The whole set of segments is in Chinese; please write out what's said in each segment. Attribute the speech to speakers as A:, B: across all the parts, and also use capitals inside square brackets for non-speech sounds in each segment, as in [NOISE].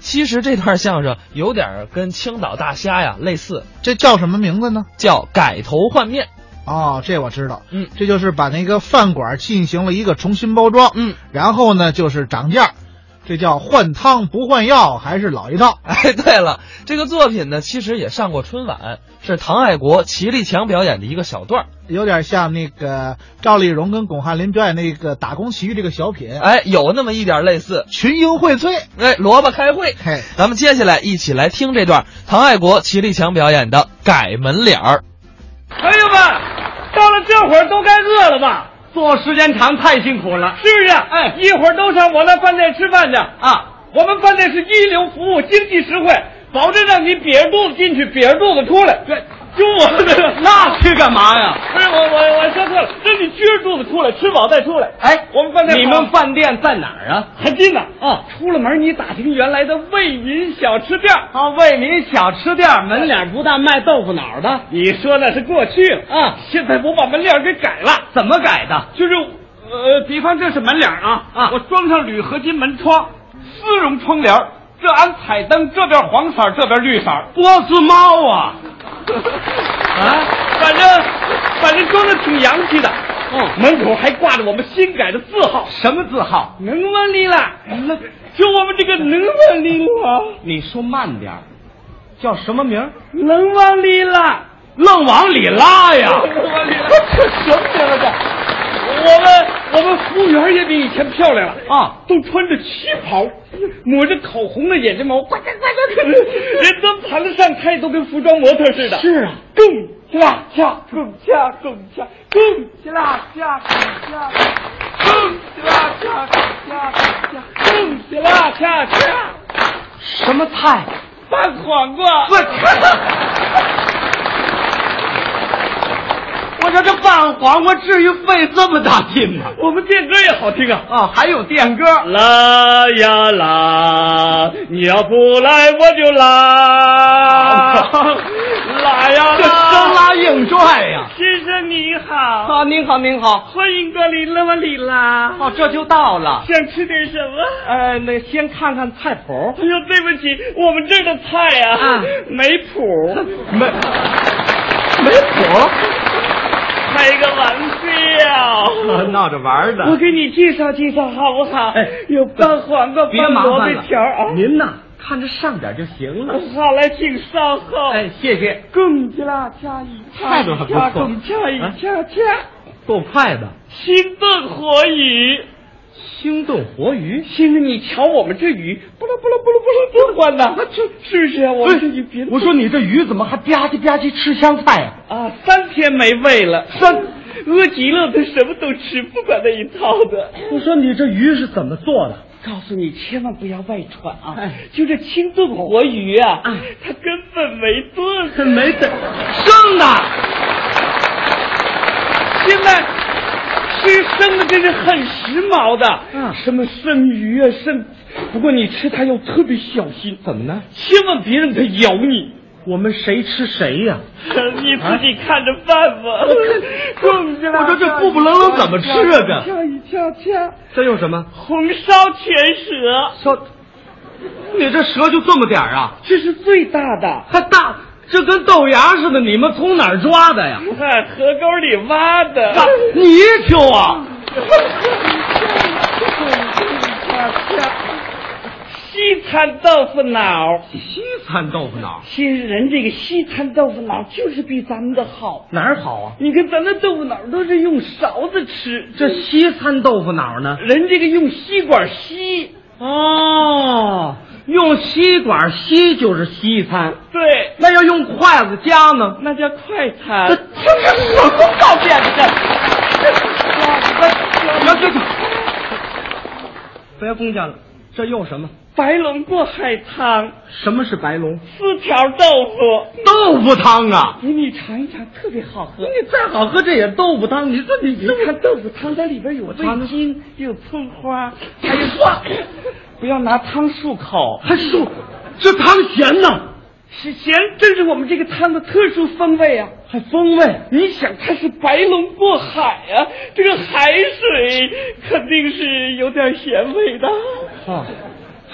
A: 其实这段相声有点跟青岛大虾呀类似，
B: 这叫什么名字呢？
A: 叫改头换面。
B: 哦，这我知道，
A: 嗯
B: 这就是把那个饭馆进行了一个重新包装，
A: 嗯， [LAUGHS]
B: 然后呢就是涨价，这叫换汤不换药，还是老一套。
A: 哎，对了，这个作品呢，其实也上过春晚，是唐爱国、齐立强表演的一个小段儿。
B: 有点像那个赵丽蓉跟巩汉林表演那个《打工奇遇》这个小
C: 啊
B: 品，
A: 哎，有那么一点类似。
B: 群英荟萃。
A: 哎，萝卜开会，
B: 嘿，
A: 咱们接下来一起来听这段唐爱国、齐立强表演的改门脸儿。
D: 朋友们，到了这会儿都该饿了吧？坐时间长太辛苦了。是啊，哎，一会儿都上我那饭店吃饭去啊！我们饭店是一流服务，经济实惠，保证让你瘪着肚子进去，瘪着肚子出来。对，就我这个， [LAUGHS] 那去干嘛呀？不是哎我我我说错了，让你撅着肚子出来，吃饱再出来。哎，我们饭店
C: 你们饭店在哪儿啊？
D: 很近呢。
C: 哦，
D: 出了门你打听原来的魏民小吃店儿，
C: 啊，为民小吃店门脸不大卖豆腐脑的
D: 你说那是过去了
C: 啊
D: 现在我把门脸儿给改了。
C: 怎么改的？
D: 就是呃，比方这是门脸儿啊
C: 啊
D: 我装上铝合金门窗，丝绒窗帘儿，这安彩灯，这边黄色儿，这边绿色儿，
C: 波斯猫啊！
D: 啊，反正反正装的挺洋气的。
C: 哦
D: 门口还挂着我们新改的字号，
C: 什么字号？
D: 能问你了，就我们这个能问你了，
C: 你说慢点儿，叫什么名儿？
D: 能问你了，
C: 愣往里拉呀！
D: 能往里拉
C: 这什么名字？
D: 我们我们服务员也比以前漂亮了
C: 啊
D: 都穿着旗袍，抹着口红的眼睫毛，呱唧
C: [LAUGHS]
D: 呱唧呱唧，人都盘得上台，都跟服装模特似的。
C: 是啊，
D: 更恰恰，更恰，更恰，更恰恰，更恰恰，更恰恰，更恰恰，更恰恰，
C: 什么菜？
D: 拌黄瓜。
C: 我说这拌黄瓜至于费这么大劲吗？
D: 我们电歌也好听啊。
C: 啊，还有电歌。
D: 拉呀拉，你要不来我就
C: [LAUGHS]
D: 拉，拉呀
C: 这生
D: 拉。
C: 拉硬拽呀！
D: 先生你好，
C: 啊，您好，您好。
D: 欢迎光临了我里拉。
C: 哦，这就到了。
D: 想吃点什么？
C: 呃，那先看看菜谱
D: 哎。呦，对不起，我们这儿的菜呀、
C: 啊
D: 没谱，
C: 没没谱，
D: 开个玩啊笑。
C: 闹着玩儿的
D: 我给你介绍介绍好不好？
C: 哎
D: 有拌黄瓜、
C: 别
D: 拌
C: 麻
D: 萝
C: 烦
D: 卜
C: 了
D: 条啊。
C: 您呐，看着上点就行了。
D: 好嘞，请稍后。
C: 哎，谢谢，
D: 贡吉拉恰一恰
C: 态度
D: 一
C: 很不
D: 恰，
C: 错
D: 贡恰一恰恰，
C: 够快的，
D: 心动火雨。
C: 星动活鱼。
D: 先生，你瞧我们这鱼，不啦不啦不啦不啦，多欢呐！这是不是啊？我们这鱼别
C: 我说你这鱼怎么还吧唧吧唧吃香菜啊？
D: 啊，三天没喂了，三饿极了，他什么都吃，不管那一套的。
C: 我说你这鱼是怎么做的？
D: 告诉你，千万不要外传啊！
C: 哎
D: 就这清炖活鱼啊，
C: 啊
D: 它根本没炖，
C: 这没得生的，
D: 现在吃生的真是很时髦的，
C: 嗯
D: 什么生鱼啊，生。不过你吃它要特别小心，
C: 怎么呢？
D: 千万别让它咬你。
C: 我们谁吃谁呀、
D: [LAUGHS] 你自己看着办
C: [LAUGHS]
D: 吧。蹦起来
C: 我说这布布愣愣怎么吃啊这
D: 跳一跳跳，
C: 这有什么？
D: 红烧全蛇，
C: 说，你这蛇就这么点儿啊？
D: 这是最大的，
C: 还大，这跟豆芽似的，你们从哪儿抓的呀？
D: 在河沟里挖的。
C: 泥鳅
D: [LAUGHS]
C: 啊！
D: 西餐豆腐脑，
C: 西餐豆腐脑
D: 其实人这个西餐豆腐脑就是比咱们的好。
C: 哪儿好啊？
D: 你看咱的豆腐脑都是用勺子吃，
C: 这西餐豆腐脑呢？
D: 人这个用吸管吸。
C: 哦，用吸管吸就是西餐，
D: 对，
C: 那要用筷子夹呢？
D: 那叫快餐。
C: 这这是什么告变的？这这这不要公家了，这又什么？
D: 白龙过海汤，
C: 什么是白龙
D: 四条豆腐，
C: 豆腐汤啊？
D: 给你尝一尝，特别好喝。
C: 你再好喝，这也豆腐汤。你这你
D: 你看豆腐汤，它里边有味精，有葱花，还有哇，不要拿汤漱口，
C: 还说这汤咸呢，
D: 是咸，正是我们这个汤的特殊风味啊。
C: 还风嗯味。
D: 你想，它是白龙过海啊，这个海水肯定是有点咸味的。
C: 啊，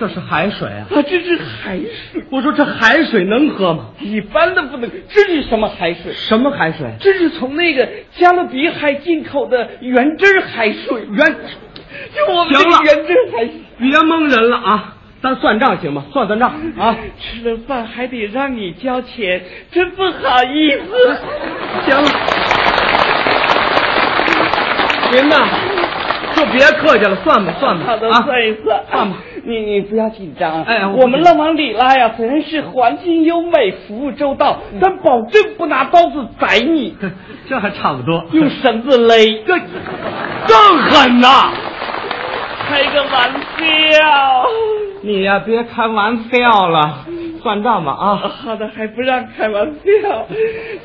D: 这是海水啊！
C: 啊，这是海水，
D: 我说这海水能喝吗？
C: 一般的不能。这是什么海水？
D: 什么海水？
C: 这是从那个加勒比海进口的原汁海水，
D: 原
C: 就我们这
D: 行了
C: 个原汁海水。
D: 别蒙人了啊！咱算账行吗？算算账啊！
C: 吃了饭还得让你交钱，真不好意思。
D: 行了，您呐，就别客气了，算吧算吧，
C: [LAUGHS] 好的，
D: 啊
C: 算一算，
D: 算吧。
C: [LAUGHS] 你你不要紧张啊！
D: 哎我
C: 我们浪王里拉呀，虽然是环境优美、服务周到，
D: 嗯
C: 但保证不拿刀子宰
D: [LAUGHS]
C: 你，
D: 这还差不多。
C: 用绳子勒，
D: 这更狠呐！
C: 开个玩笑。
D: 你呀，别开玩笑了，算账吧
C: 啊
D: 啊！
C: 好的，还不让开玩笑。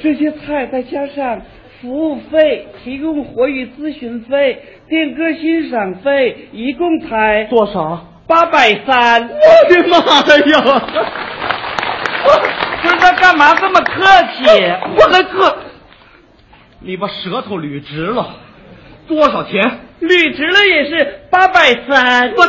C: 这些菜再加上服务费、提供活语咨询费、电歌欣赏费，一共才
D: 多少？
C: 八百
D: 我
C: 三。
D: 的妈呀！
C: 不是他干嘛这么客气？
D: 我还客，你把舌头捋直了，多少钱？
C: 捋直了也是八百三，
D: 我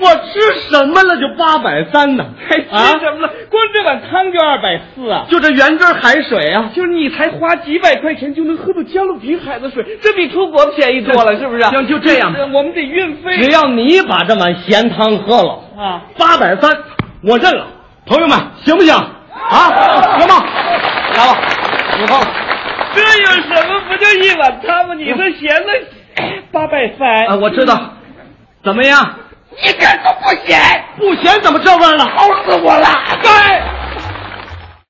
D: 我吃什么了就八百三呢？啊
C: 还 [LAUGHS] 吃什么了？光这碗汤就二百四啊！
D: 就这原汁儿海水啊！
C: 就是你才花几百块钱就能喝到加勒比海的水，这比出国便宜多了，是不是？
D: 行就这样吧
C: 呃我们得运费。
D: 只要你把这碗咸汤喝了，
C: 啊，
D: 八百三，我认了。朋友们，行不行？啊，行吧，来吧，你喝吧。
C: 这有什么？不就一碗汤吗？你这闲的，哎八百三。
D: 啊，我知道，怎么样？
C: 一点都不咸，
D: 不咸怎么这味儿了？
C: 齁死我了！哎。